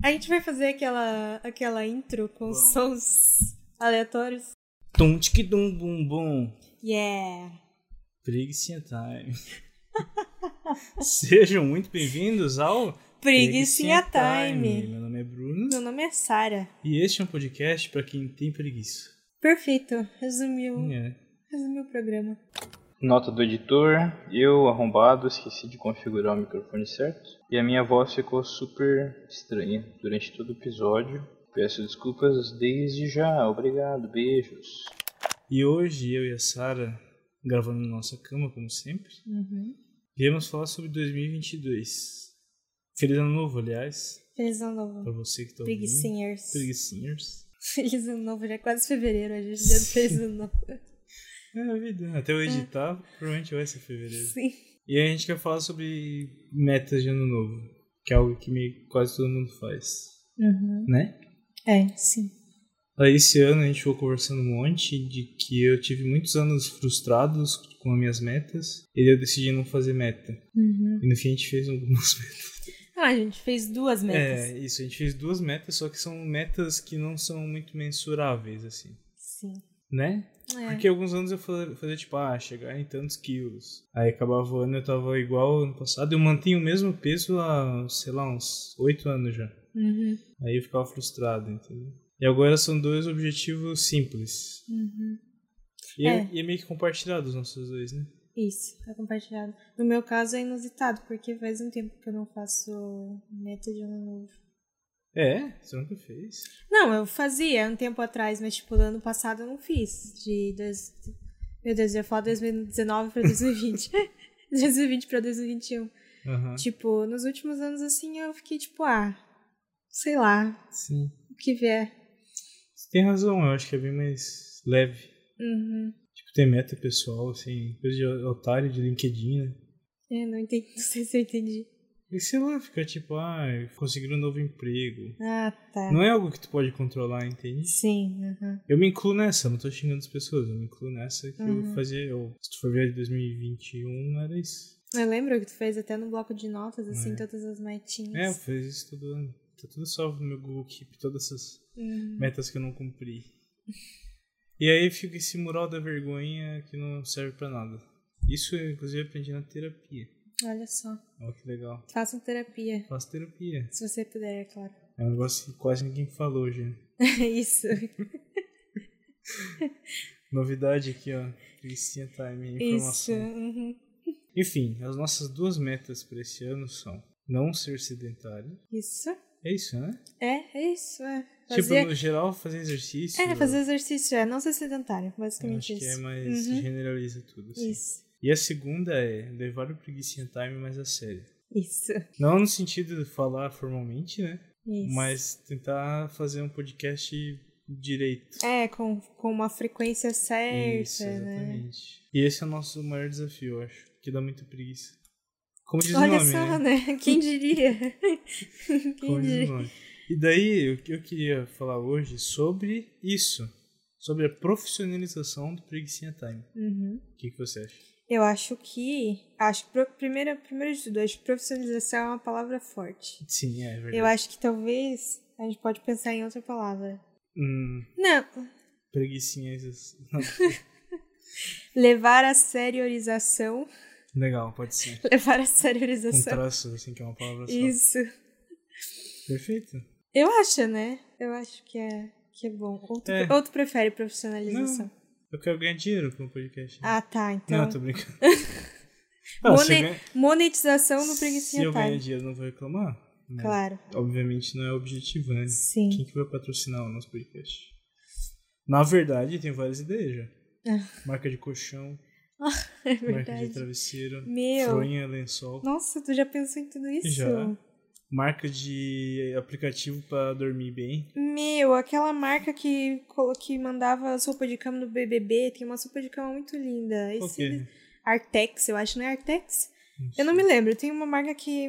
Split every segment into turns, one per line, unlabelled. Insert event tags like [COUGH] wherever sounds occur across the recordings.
A gente vai fazer aquela, aquela intro com sons aleatórios.
Tum tic dum bum bum.
Yeah!
Preguiça Time. [LAUGHS] Sejam muito bem-vindos ao
Preguicinha
Preguicinha
Time!
Meu nome é Bruno
Meu nome é Sara.
e este é um podcast pra quem tem preguiça.
Perfeito, resumiu,
É.
resumiu o programa.
Nota do editor, eu arrombado esqueci de configurar o microfone certo e a minha voz ficou super estranha durante todo o episódio. Peço desculpas desde já, obrigado, beijos.
E hoje eu e a Sara, gravando na nossa cama como sempre, viemos falar sobre 2022. Feliz ano novo, aliás,
Feliz ano novo,
pra você que tá ouvindo.
preguicinhers.
Preguicinhers.
[LAUGHS] Feliz ano novo, já é quase fevereiro, a gente já fez ano
[LAUGHS]
novo.
É a vida. Até eu editar, provavelmente vai ser fevereiro.
Sim.
E aí a gente quer falar sobre metas de ano novo, que é algo que meio que quase todo mundo faz, né?
É, sim.
Aí esse ano a gente ficou conversando um monte de que eu tive muitos anos frustrados com as minhas metas, e daí eu decidi não fazer meta. E no fim a gente fez algumas [LAUGHS] metas.
Ah, a gente fez duas metas.
É, isso, a gente fez duas metas, só que são metas que não são muito mensuráveis, assim,
Sim.
né?
É.
Porque alguns anos eu fa- fazia tipo, ah, chegar em tantos quilos. Aí acabava o ano eu tava igual ao ano passado. Eu mantinha o mesmo peso há, sei lá, uns oito anos já.
Uhum.
Aí eu ficava frustrado, entendeu? E agora são dois objetivos simples. E é,
Uhum. É.
e é meio que compartilhado os nossos dois, né?
Isso, é compartilhado. No meu caso é inusitado, porque faz um tempo que eu não faço meta de ano novo.
É, você nunca fez.
Não, eu fazia um tempo atrás, mas tipo, do ano passado eu não fiz. De dois... Meu Deus, eu ia falar 2019 pra [LAUGHS] 2020. 2020 pra 2021.
Aham.
Tipo, nos últimos anos assim eu fiquei tipo, ah, sei lá,
Sim.
o que vier.
Você tem razão, eu acho que é bem mais leve.
Uhum.
Tipo, ter meta pessoal, assim, coisa de otário, de LinkedIn, né?
É, não entendi, [LAUGHS] não sei se eu entendi.
E sei lá, fica tipo, ah, eu consegui um novo emprego.
Ah, tá.
Não é algo que tu pode controlar, entende?
Sim, aham.
Eu me incluo nessa, não tô xingando as pessoas, eu me incluo nessa que
Uhum.
eu fazia. Eu, se tu for ver de 2021, era isso.
Eu lembro que tu fez até no bloco de notas, assim,
É.
todas as
É, eu
metinhas.
fiz isso todo ano. Tá tudo salvo no meu Google Keep, todas essas
Uhum.
metas que eu não cumpri. E aí fica esse mural da vergonha que não serve pra nada. Isso eu, inclusive, aprendi na terapia.
Olha só.
Olha que legal.
Façam terapia,
Faço terapia.
se você puder, é claro. [LAUGHS]
É um negócio que quase ninguém falou já.
É isso.
Novidade aqui, ó. Preguicinha Time,
Isso.
informação.
uhum.
Enfim, as nossas duas metas para esse ano são não ser sedentário.
Isso.
É isso, né?
É, é isso. É.
Tipo,
Fazer...
no geral, fazer exercício.
É, fazer exercício, é não ser sedentário,
eu
basicamente
acho que é
isso.
mais
Uhum.
generaliza tudo. assim.
Isso.
E a segunda é levar o preguicinha time mais a sério.
Isso.
Não no sentido de falar formalmente, né?
Isso.
Mas tentar fazer um podcast direito.
É, com, com uma frequência certa,
Isso,
né?
exatamente. E esse é o nosso maior desafio, eu acho. Que dá muita preguiça. Como diz
Olha
o nome,
só,
né?
né? Quem diria? Quem
[LAUGHS] Como diz o
diria?
nome. E daí, o que eu queria falar hoje sobre isso. Sobre a profissionalização do Preguicinha Time.
Uhum.
O que, que você acha?
Eu acho que. Acho que, pro- primeira- primeiro de tudo, acho que profissionalização é uma palavra forte.
Sim, é verdade.
Eu acho que talvez a gente pode pensar em outra palavra.
Hum,
Não,
preguicinha. isso-
Levar a seriorização. [LAUGHS]
Legal, pode ser.
Levar a
Um
seriorização.
traço, assim, que é uma palavra só.
Isso.
Perfeito.
Eu acho, né? Eu acho que é, que é bom. Ou tu,
É.
ou tu prefere profissionalização?
Eu quero ganhar dinheiro com o podcast. né?
Ah, tá. Então.
Não,
[LAUGHS]
tô brincando. Não, se eu
Mone-
ganhar-
Monetização no
se
Preguicinha
eu ganhar
Time.
dinheiro, eu não vou reclamar. né?
Claro. [LAUGHS]
Obviamente não é o objetivo, né?
Sim.
Quem que vai patrocinar o nosso podcast? Na verdade, tem várias ideias já. Marca de colchão,
É
marca de
verdade.
travesseiro,
Meu.
fronha, lençol,
Nossa, tu já pensou em tudo isso?
Já. marca de aplicativo pra dormir bem.
Meu, aquela marca que, colo- que mandava sopa de cama no BBB, tem uma sopa de cama muito linda.
Qual
Esse
que é?
Artex, eu acho, não é Artex? Eu não me lembro. Tem uma marca que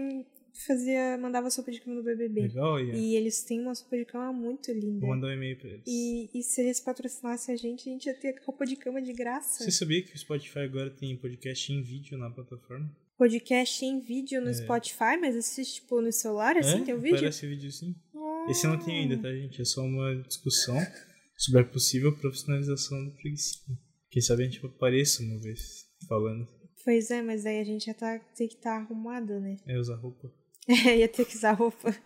fazia, mandava sopa de cama no BBB.
Legal, Ian.
E eles têm uma sopa de cama muito linda.
Vou mandar um e-mail pra eles.
E, e se eles patrocinassem a gente, a gente ia ter roupa de cama de graça.
Você sabia que o Spotify agora tem podcast em vídeo na plataforma?
Podcast em vídeo no Spotify, mas assiste tipo no celular, assim,
É?
tem o vídeo?
Parece vídeo sim. Esse eu não tenho ainda, tá, gente? É só uma discussão sobre a possível profissionalização do preguiçinho. Quem sabe a gente apareça uma vez falando.
Pois é, mas aí a gente já tá, tem que estar tá arrumado, né? [LAUGHS]
É usar roupa.
É, ia ter que usar roupa. [LAUGHS]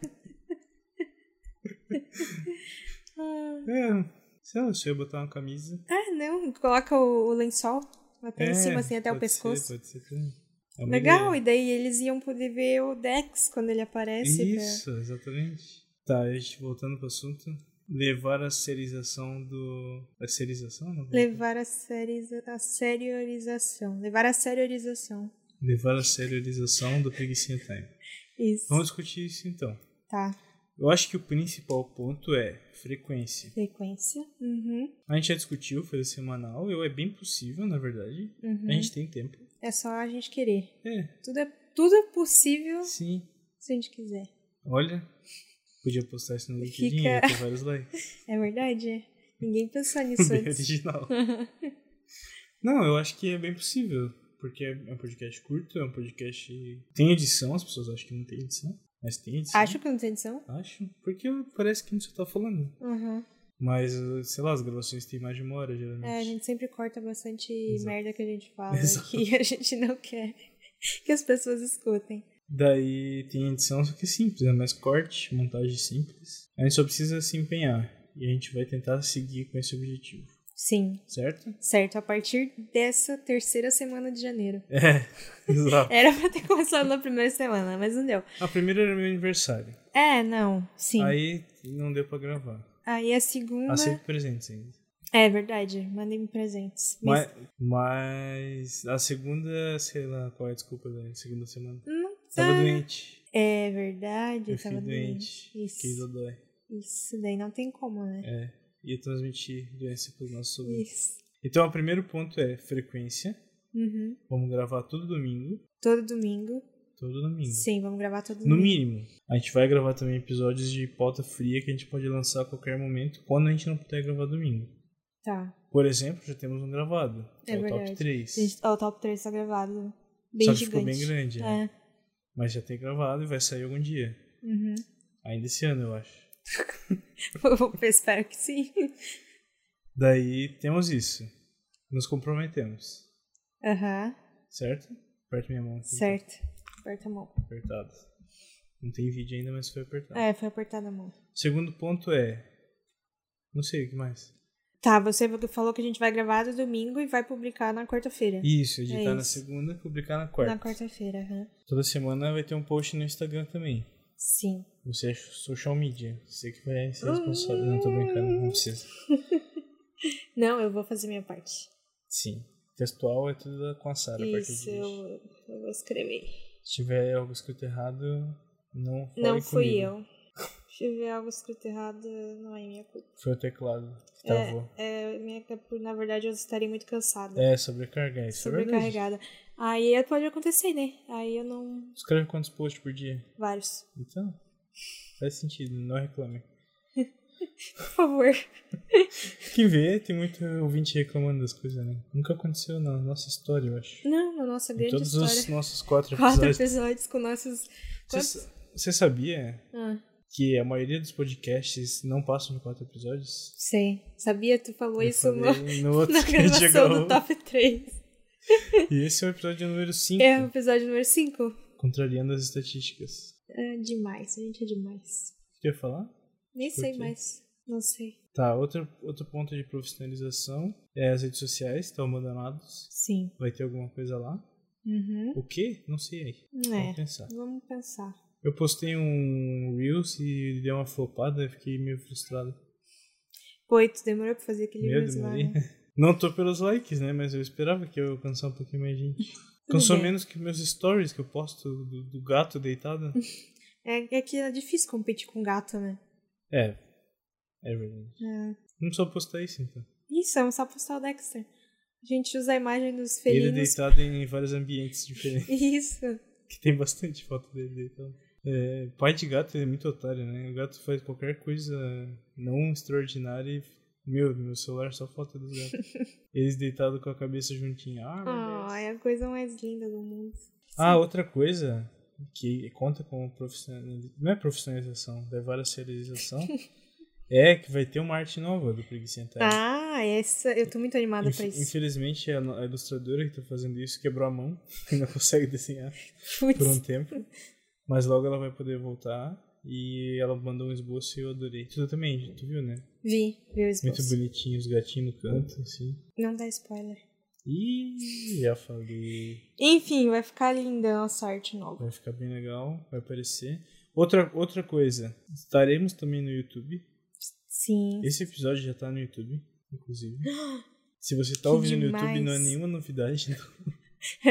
É, sei lá, se eu botar uma camisa.
ah, não, coloca o, o lençol até
é,
em cima, assim, até o
pode
pescoço.
Ser, pode ser também. É uma
Legal,
ideia.
e daí eles iam poder ver o Dex quando ele aparece. pra-
Isso, exatamente. Tá, a gente voltando pro assunto. Levar a serização do. A serização? né? Não?
Levar a, seriza... a seriorização. Levar a seriorização.
Levar a serialização do preguiçinha time.
Isso.
Vamos discutir isso então.
Tá.
Eu acho que o principal ponto é frequência.
Frequência. Uhum.
A gente já discutiu fazer semanal, eu é bem possível, na verdade.
Uhum.
A gente tem tempo.
É só a gente querer.
É,
Tudo é, tudo é possível
sim.
se a gente quiser.
Olha, podia postar isso no
Fica-
LinkedIn, ia ter
[LAUGHS]
vários likes.
É verdade? é. Ninguém pensou
[LAUGHS]
nisso
Bem
antes. [LAUGHS]
original. Não, eu acho que é bem possível. Porque é um podcast curto, é um podcast. Tem edição, as pessoas acham que não tem edição. Mas tem edição.
Acho que não tem edição.
Acho. Porque parece que a gente só tá falando.
Uhum.
Mas, sei lá, as gravações têm mais de uma hora, geralmente.
É, a gente sempre corta bastante
Exato.
merda que a gente fala
Exato.
que a gente não quer [LAUGHS] que as pessoas escutem.
Daí tem edição, só que é simples, é mais corte, montagem simples. A gente só precisa se empenhar. E a gente vai tentar seguir com esse objetivo,
Sim.
certo?
Certo, a partir dessa terceira semana de janeiro.
[LAUGHS] É, exato.
Era pra ter [LAUGHS] começado na primeira semana, mas não deu.
A primeira era meu aniversário.
É, não, É. sim. Aí,
Aí não deu pra gravar.
a segunda.
Aceito presentes ainda.
É verdade, mandem presentes. Mas
Mas, mas a segunda, sei lá qual é a desculpa da segunda semana.
não
Tava
tá.
doente.
É verdade,
Eu
tava
fiquei doente. Fiquei
Isso.
dodói.
Isso daí não tem como, né?
É. Ia transmitir doença pros nossos ouvintes.
Isso.
Então, o primeiro ponto é frequência.
Uhum.
Vamos gravar todo domingo.
Todo domingo.
Todo domingo.
Sim, vamos gravar todo
No
domingo.
mínimo. A gente vai gravar também episódios de pauta fria que a gente pode lançar a qualquer momento quando a gente não puder gravar domingo.
Tá.
Por exemplo, já temos um gravado.
É
o
verdade.
top 3.
Gente, ó, o top 3 tá gravado. Bem
Só que
gigante.
ficou bem grande, né?
É. [LAUGHS]
Mas já tem gravado e vai sair algum dia.
Uhum.
Ainda esse ano, eu acho.
Eu espero que sim.
Daí temos isso. Nos comprometemos. Então.
Aham.
Certo? Aperta minha mão aqui. então.
Certo. Aperta a mão.
Apertado. Não tem vídeo ainda, mas foi apertado.
É, foi apertada a mão.
Segundo ponto é. Não sei o que mais.
Tá, você falou que a gente vai gravar no domingo e vai publicar na quarta-feira.
Isso, editar
É
na
isso.
segunda e publicar na quarta.
Na quarta-feira, aham.
Toda semana vai ter um post no Instagram também.
Sim.
Você é social media. Você que vai
Ah.
ser responsável. Não, tô brincando, não precisa.
Não, eu vou fazer minha parte.
Sim. Textual é tudo da- com a Sara a partir
Isso,
de hoje.
eu, eu vou escrever.
Se tiver algo escrito errado, não foi
não fui
comigo.
eu. [LAUGHS] Se tiver algo escrito errado, não é minha culpa.
Foi o teclado que travou.
É, minha, na verdade, eu estaria muito cansada.
É, sobrecarregar. Isso é verdade.
sobrecarregada. Aí eh, pode acontecer, né? Aí eu não.
Escreve quantos posts por dia.
Vários. [LAUGHS]
Então, faz sentido, não reclame.
Por favor.
Que vê, tem muito ouvinte reclamando das coisas, né? Nunca aconteceu na nossa história, eu acho.
Não, na nossa
Em
grande
todos
história.
os nossos quatro
Quatro
episódios.
episódios com nossos.
Você sa- Você sabia
Ah,
que a maioria dos podcasts não passam de quatro episódios?
sei. Sabia? Tu falou
Eu
isso no,
falei no
[LAUGHS]
outro um.
na
que a gente
gravação
gravou.
do top 3.
E esse é o episódio número 5,
É o episódio número 5.
contrariando as estatísticas.
É demais, a gente é demais.
O que eu ia falar?
Nem
Por
sei
quê?
mais. Não sei.
Tá, outro, outro ponto de profissionalização é as redes sociais, estão abandonados.
Sim.
Vai ter alguma coisa lá.
Uhum.
O quê? Não sei aí. Vamos
É.
pensar.
Vamos pensar.
Eu postei um Reels e deu uma flopada e fiquei meio frustrado.
Pô, tu demorou pra fazer aquele
Meu
Reels
Deus,
lá,
Maria.
né?
[LAUGHS] Não tô pelos likes, né? Mas eu esperava que eu alcançar um pouquinho mais de gente.
[LAUGHS] Tudo
Cansou
bem.
menos que meus stories que eu posto do, do gato
[LAUGHS]
deitado.
É, é que é difícil competir com gato, né?
é. É verdade.
É.
Não precisa postar isso, então.
Isso, é só postar o Dexter. A gente usa a imagem dos
E Ele
felinos.
deitado em vários ambientes [LAUGHS] diferentes.
Isso.
Que tem bastante foto dele deitado. É, pai de gato é muito otário, né? O gato faz qualquer coisa não extraordinária e. Meu, meu celular é só foto
[LAUGHS]
dos gatos. Eles deitados com a cabeça juntinha. Ah, meu Deus.
Ah, é a coisa mais linda do mundo.
Ah, outra coisa que conta com profissionalização, não é profissionalização, é várias
[LAUGHS]
serialização, é que vai ter uma arte nova do Preguiçentário.
Ah, essa, eu tô muito animada pra isso.
Infelizmente, a no- a ilustradora que tá fazendo isso quebrou a mão [LAUGHS] e não consegue desenhar
Putz.
por um tempo. Mas logo ela vai poder voltar. E ela mandou um esboço e eu adorei. Tu também, tu viu, né?
Vi, vi o
Muito
esboço.
bonitinho, os gatinhos no canto, assim.
Não dá spoiler.
E já falei.
Enfim, vai ficar lindão a sorte nova.
Vai ficar bem legal, vai aparecer. Outra, outra coisa, estaremos também no YouTube.
Sim.
Esse episódio já tá no YouTube,
[GASPS]
inclusive. Se você tá ouvindo no YouTube, não é
demais.
nenhuma novidade.
[LAUGHS]
não.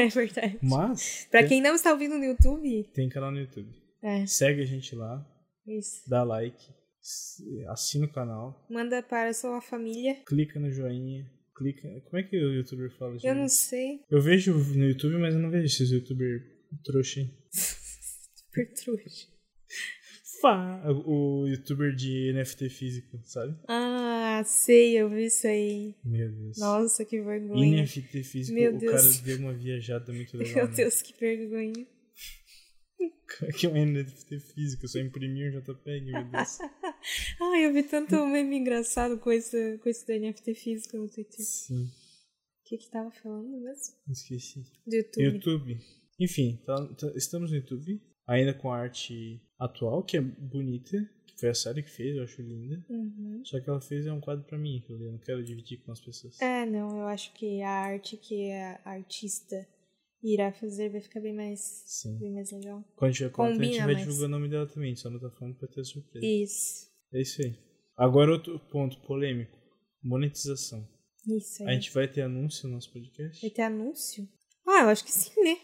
É verdade.
Mas
Pra
tem-
quem não está ouvindo no YouTube,
tem canal no YouTube.
é,
Segue a gente lá,
isso.
dá like, se- assina o canal,
Manda para sua família.
clica no joinha, clica. Como é que o youtuber fala
Eu não
gente?
sei.
Eu vejo no YouTube, mas eu não vejo esses youtuber trouxa. aí.
Pertrude.
Fá, Ah, o o youtuber de NFT físico, sabe?
Ah, sei, eu vi isso aí.
Meu Deus.
Nossa, que vergonha.
NFT físico,
é Meu
o
Deus.
cara deu uma viajada muito legal.
[LAUGHS] Meu
né? [LAUGHS]
Deus, que vergonha.
Que é um NFT físico, eu só imprimi um JPEG, meu
[LAUGHS]
Deus. [LAUGHS]
Ai, eu vi tanto meme engraçado com esse, com esse da NFT físico no Twitter.
Sim,
O que que tava falando mesmo?
esqueci.
Do YouTube.
YouTube. Enfim, tá- tá- estamos no YouTube, ainda com a arte atual, que é bonita, que foi a Sari que fez, eu acho linda.
Uhum.
Só que ela fez é um quadro pra mim, que eu eu não quero dividir com as pessoas.
É, não, eu acho que a arte que a artista irá fazer vai ficar bem mais,
Sim.
bem mais legal.
Quando tiver conta, a gente
Combina,
vai
mas-
divulgar o nome dela também, só não tá falando pra ter surpresa.
Isso.
É isso aí. Agora outro ponto polêmico. Monetização.
Isso É, aí.
A gente vai ter anúncio no nosso podcast?
Vai ter anúncio? Ah, eu acho que sim, né?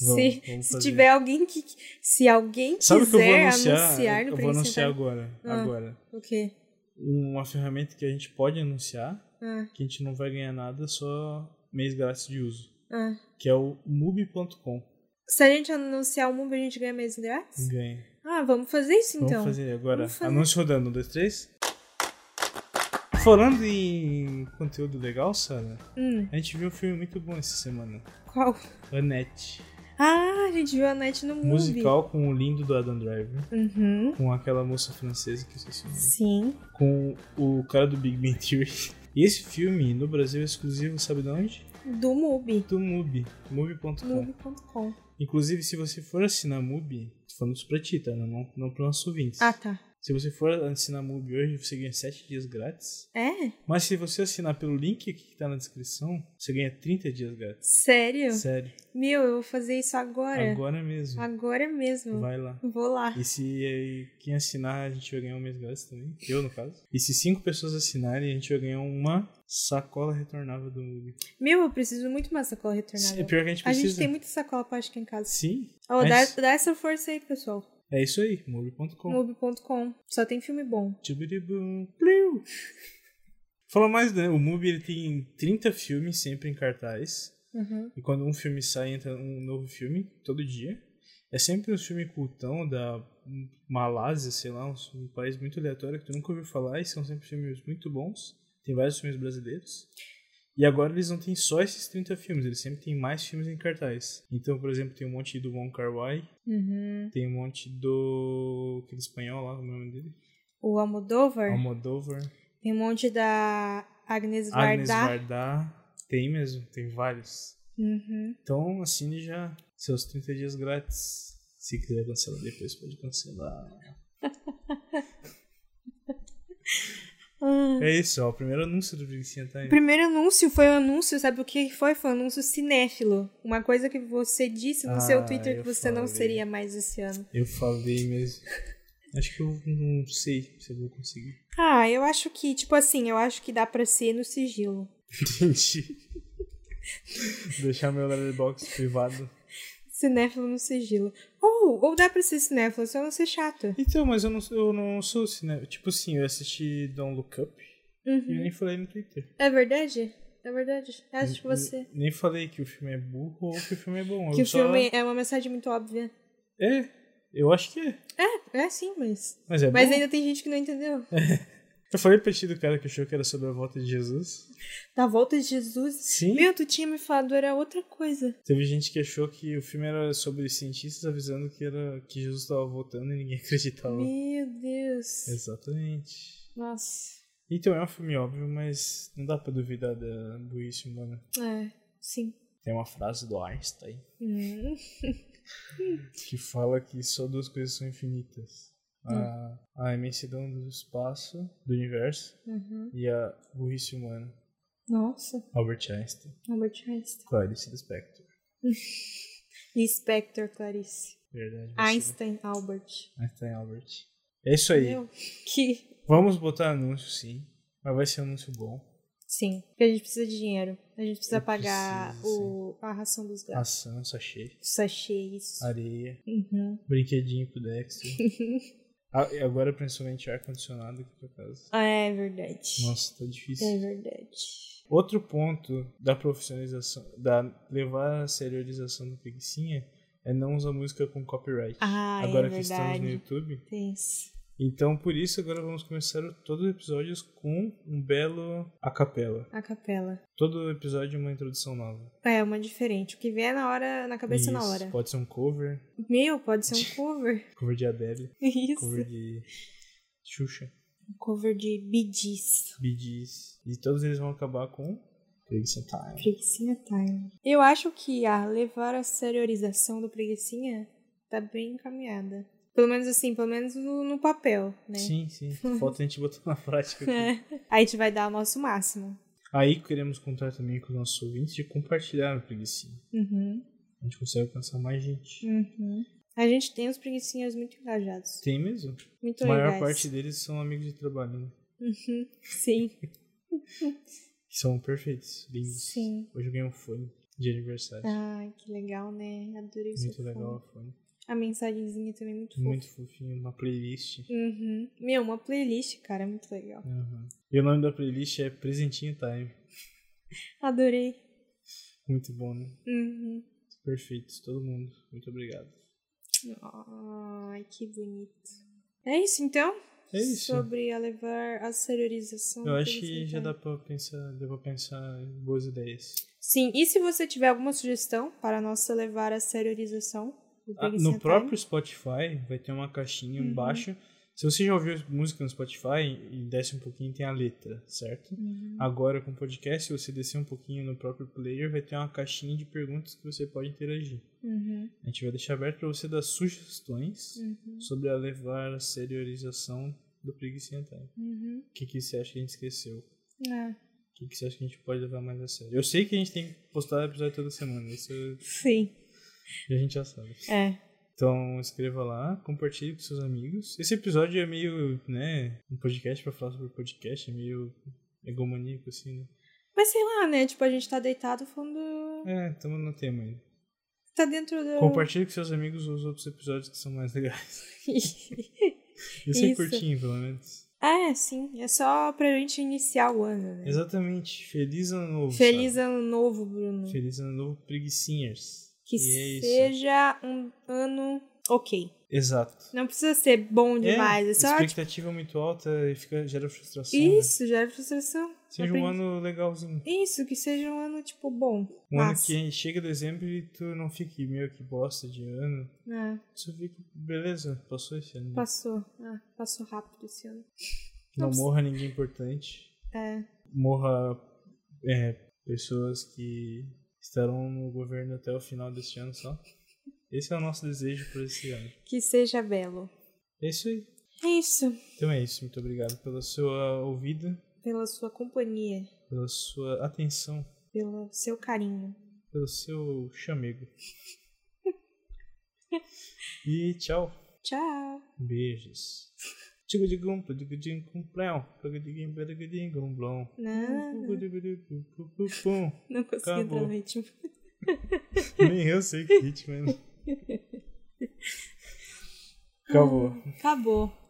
Vamos,
se
vamos
se
fazer.
tiver alguém que. Se alguém
Sabe o que eu vou
quiser
anunciar?
anunciar no
eu vou anunciar
Preguiçentário-
agora.
Ah.
Agora.
O quê?
Uma ferramenta que a gente pode anunciar,
Ah,
que a gente não vai ganhar nada, só mês grátis de uso.
ah.
Que é o mubi.com.
Se a gente anunciar o mundo, a gente ganha mês grátis?
Ganha.
Ah, vamos fazer isso
Hum. Vamos
então.
fazer agora.
vamos fazer.
Anúncio rodando. Um, dois, três. Falando em conteúdo legal, Sara,
Hum,
a gente viu um filme muito bom essa semana.
qual?
Annette.
Ah, a gente viu a net no movie.
Musical com o lindo do Adam Driver.
Uhum.
Com aquela moça francesa que eu esqueci o nome.
Sim.
com o cara do Big Bang Theory. [LAUGHS] E esse filme no Brasil é exclusivo, sabe de onde?
Do Mubi.
Do Mubi, Mubi.com.
Mubi.com.
Inclusive, se você for assinar Mubi, tô falando isso pra ti, tá? Não, não, não pro nosso ouvinte.
Ah, tá.
Se você for assinar Mubi hoje, você ganha 7 dias grátis.
É?
Mas se você assinar pelo link aqui que tá na descrição, você ganha 30 dias grátis.
Sério?
Sério,
Meu, Ah, é. eu vou fazer isso agora.
agora mesmo.
Agora mesmo.
Vai lá.
Vou lá.
E se eh, quem assinar, a gente vai ganhar um mês grátis também. Eu, no caso. E se cinco pessoas assinarem, a gente vai ganhar uma sacola retornável do Mubi.
Meu, eu preciso muito de uma sacola retornável.
É pior que a gente
A
precisa.
gente tem muita sacola plástica em casa.
Sim.
Ó, dá,
Mas-
dá essa força aí, pessoal.
É isso aí. Movie.com.
Mubi.com. Só tem filme bom.
Tchubiribum. Pliu. Fala mais, né? O Mubi ele tem 30 filmes sempre em cartaz. E quando um filme sai, entra um novo filme todo dia. É sempre um filme cultão da Malásia, sei lá, um, um país muito aleatório que tu nunca ouviu falar. E são sempre filmes muito bons. Tem vários filmes brasileiros. E agora eles não têm só esses 30 filmes, eles sempre têm mais filmes em cartaz. Então, por exemplo, tem um monte do Wong Kar-wai,
Uhum.
Tem um monte do. aquele espanhol lá, como é o nome dele?
O Almodóvar.
Almodóvar,
Tem um monte da Agnes Varda.
Agnes Varda. Tem mesmo, tem vários.
Uhum.
Então assine já seus 30 dias grátis. Se quiser cancelar depois, pode cancelar.
Ah.
É isso, ó. O primeiro anúncio do Big Sim tá
O
Time.
primeiro anúncio foi o anúncio, sabe o que foi? Foi um anúncio cinéfilo. Uma coisa que você disse no
Ah,
seu Twitter
eu
que você não
falei.
seria mais esse ano.
Eu falei mesmo. Acho que eu não sei se eu vou conseguir. [LAUGHS]
Ah, eu acho que, tipo assim, eu acho que dá pra ser no sigilo.
Entendi. Deixar meu letterbox privado.
Cinéfilo no sigilo. Ou, ou dá pra ser cinéfilo, só não ser chata.
Então, mas eu não, eu não sou cinema. Tipo assim, eu assisti Don't Look Up e eu nem falei no Twitter.
É verdade? É verdade. Uhum. Eu acho que você.
Nem falei que o filme é burro ou que o filme é bom.
Que
eu
o
só-
filme é uma mensagem muito óbvia.
É, eu acho que é.
É, é sim, mas.
Mas é
Mas é-
bom.
ainda tem gente que não entendeu.
Eu falei pra ti do cara que achou que era sobre a volta de Jesus.
Da volta de Jesus?
Sim.
Meu, tu tinha me falado, era outra coisa.
Teve gente que achou que o filme era sobre cientistas avisando que, era, que Jesus tava voltando e ninguém [LAUGHS] acreditava.
Meu Deus.
Exatamente.
Nossa.
Então é um filme óbvio, mas não dá pra duvidar da burrice humana.
É, sim.
Tem uma frase do Einstein
Hum.
que fala que só duas coisas são infinitas.
Hum.
A, a imensidão do espaço, do universo,
Uhum.
e a burrice humana.
Nossa,
Albert Einstein,
Albert Einstein.
Clarice Lispector.
Inspector Clarice.
Verdade. você-
Einstein Albert.
Einstein Albert. É isso aí.
Meu, que.
Vamos botar anúncio, sim. Mas vai ser anúncio bom.
Sim, porque a gente precisa de dinheiro. A gente precisa
Eu
pagar
preciso,
o... a ração dos gatos.
Ação, sachê,
Sachê, isso.
areia,
Uhum.
brinquedinho
[LAUGHS]
pro Dexter. Ah, e agora principalmente ar-condicionado aqui pra casa.
Ah, é verdade.
Nossa, tá difícil.
É verdade.
Outro ponto da profissionalização, da levar a serialização do Preguicinha é não usar música com copyright.
Ah, é
agora que estamos no
verdade.
YouTube.
Tenso.
Então, por isso, agora vamos começar o- todos os episódios com um belo a capela.
A capela.
Todo episódio uma introdução nova.
É, uma diferente. O que vier na hora, na cabeça na
Isso.
hora.
Pode ser um cover,
Meu, pode ser um cover. [LAUGHS]
cover de Adele,
Isso.
cover de Xuxa,
Um cover de Bidis.
Bee Gees. E todos eles vão acabar com Preguiça Time.
Preguicinha Time. tá, Eu acho que a levar a seriorização do Preguicinha tá bem encaminhada. Pelo menos assim, pelo menos no, no papel, né? [LAUGHS]
Sim, sim. Falta a gente botar na prática. aqui.
É. Aí a gente vai dar o nosso máximo.
Aí queremos contar também com os nossos ouvintes de compartilhar o Preguicinha.
Uhum.
A gente consegue alcançar mais gente.
Uhum. A gente tem os preguicinhas muito engajados.
Tem mesmo?
Muito
A maior
legais.
parte deles são amigos de trabalho, né?
[LAUGHS]
[LAUGHS]
Sim.
Que são perfeitos, lindos.
Sim. Ah,
Hoje eu ganhei um fone de aniversário.
Ai, que legal, né? Adorei o seu
muito
fone.
legal o fone.
A mensagenzinha também é muito fofa.
Muito fofinho, uma playlist.
Uhum. Meu, uma playlist, cara, é muito legal.
Aham. E o nome da playlist é Presentinho Time.
Adorei.
Muito bom, né?
Uhum.
Perfeitos, todo mundo. Muito obrigado.
Ai, que bonito. É isso então?
É isso.
Sobre a levar a seriorização.
Eu
do
acho que
Feliz
já dá
Natal.
pra pensar, deu pra pensar em boas ideias.
Sim, e se você tiver alguma sugestão para a nossa levar a seriorização do
Ah,
Preguiça
no
Time?
próprio Spotify vai ter uma caixinha
Uhum.
embaixo. Se você já ouviu música no Spotify e desce um pouquinho, tem a letra, certo?
Uhum.
Agora com o podcast, se você descer um pouquinho no próprio player, vai ter uma caixinha de perguntas que você pode interagir.
Uhum.
A gente vai deixar aberto para você dar sugestões
Uhum.
sobre a levar a serialização do Preguicinha Time.
Uhum.
O que, que você acha que a gente esqueceu? O
Ah,
que, que você acha que a gente pode levar mais a sério? Eu sei que a gente tem que postar episódio toda semana, isso
sim.
a gente já sabe.
É.
Então escreva lá, compartilhe com seus amigos. Esse episódio é meio, né, um podcast pra falar sobre podcast, é meio egomaníaco assim, né?
Mas sei lá, né? Tipo, a gente tá deitado fundo.
É, estamos no tema ainda.
Tá dentro do.
Compartilhe com seus amigos os outros episódios que são mais
[LAUGHS]
legais. Esse é
Isso.
curtinho, pelo menos.
é, sim. É só pra gente iniciar o ano, né?
Exatamente. Feliz ano novo.
Feliz
sabe?
ano novo, Bruno.
Feliz ano novo, preguicinhas.
Que
e é isso.
seja um ano ok.
Exato.
Não precisa ser bom demais, é,
é,
só tipo,
expectativa muito alta e fica, gera frustração. né?
isso, é gera frustração.
Seja um
Aprendi-
ano legalzinho.
Isso, que seja um ano, tipo, bom.
Um ano
massa.
que chega dezembro e tu não fique meio que bosta de ano.
Ah,
Só fica, beleza, passou esse ano. né?
passou. Ah, passou rápido esse ano.
Não
Nossa.
morra ninguém importante.
É,
Morra é, pessoas que estarão no governo até o final deste ano só. Esse é o nosso desejo por esse ano.
que seja belo.
É isso aí.
É isso.
Então é isso. Muito obrigado pela sua ouvida,
Pela sua companhia,
pela sua atenção,
pelo seu carinho.
pelo seu chamego. E tchau.
Tchau.
Beijos. Tigo de gumpa, digo de cumplão, pego de gimba, digo de gumblão.
Não,
Pugu de gudu, pu, pu, pu, pum.
não consegui entrar
Uhum. Acabou.
no ritmo.
Nem eu sei que ritmo é. Acabou.
Acabou.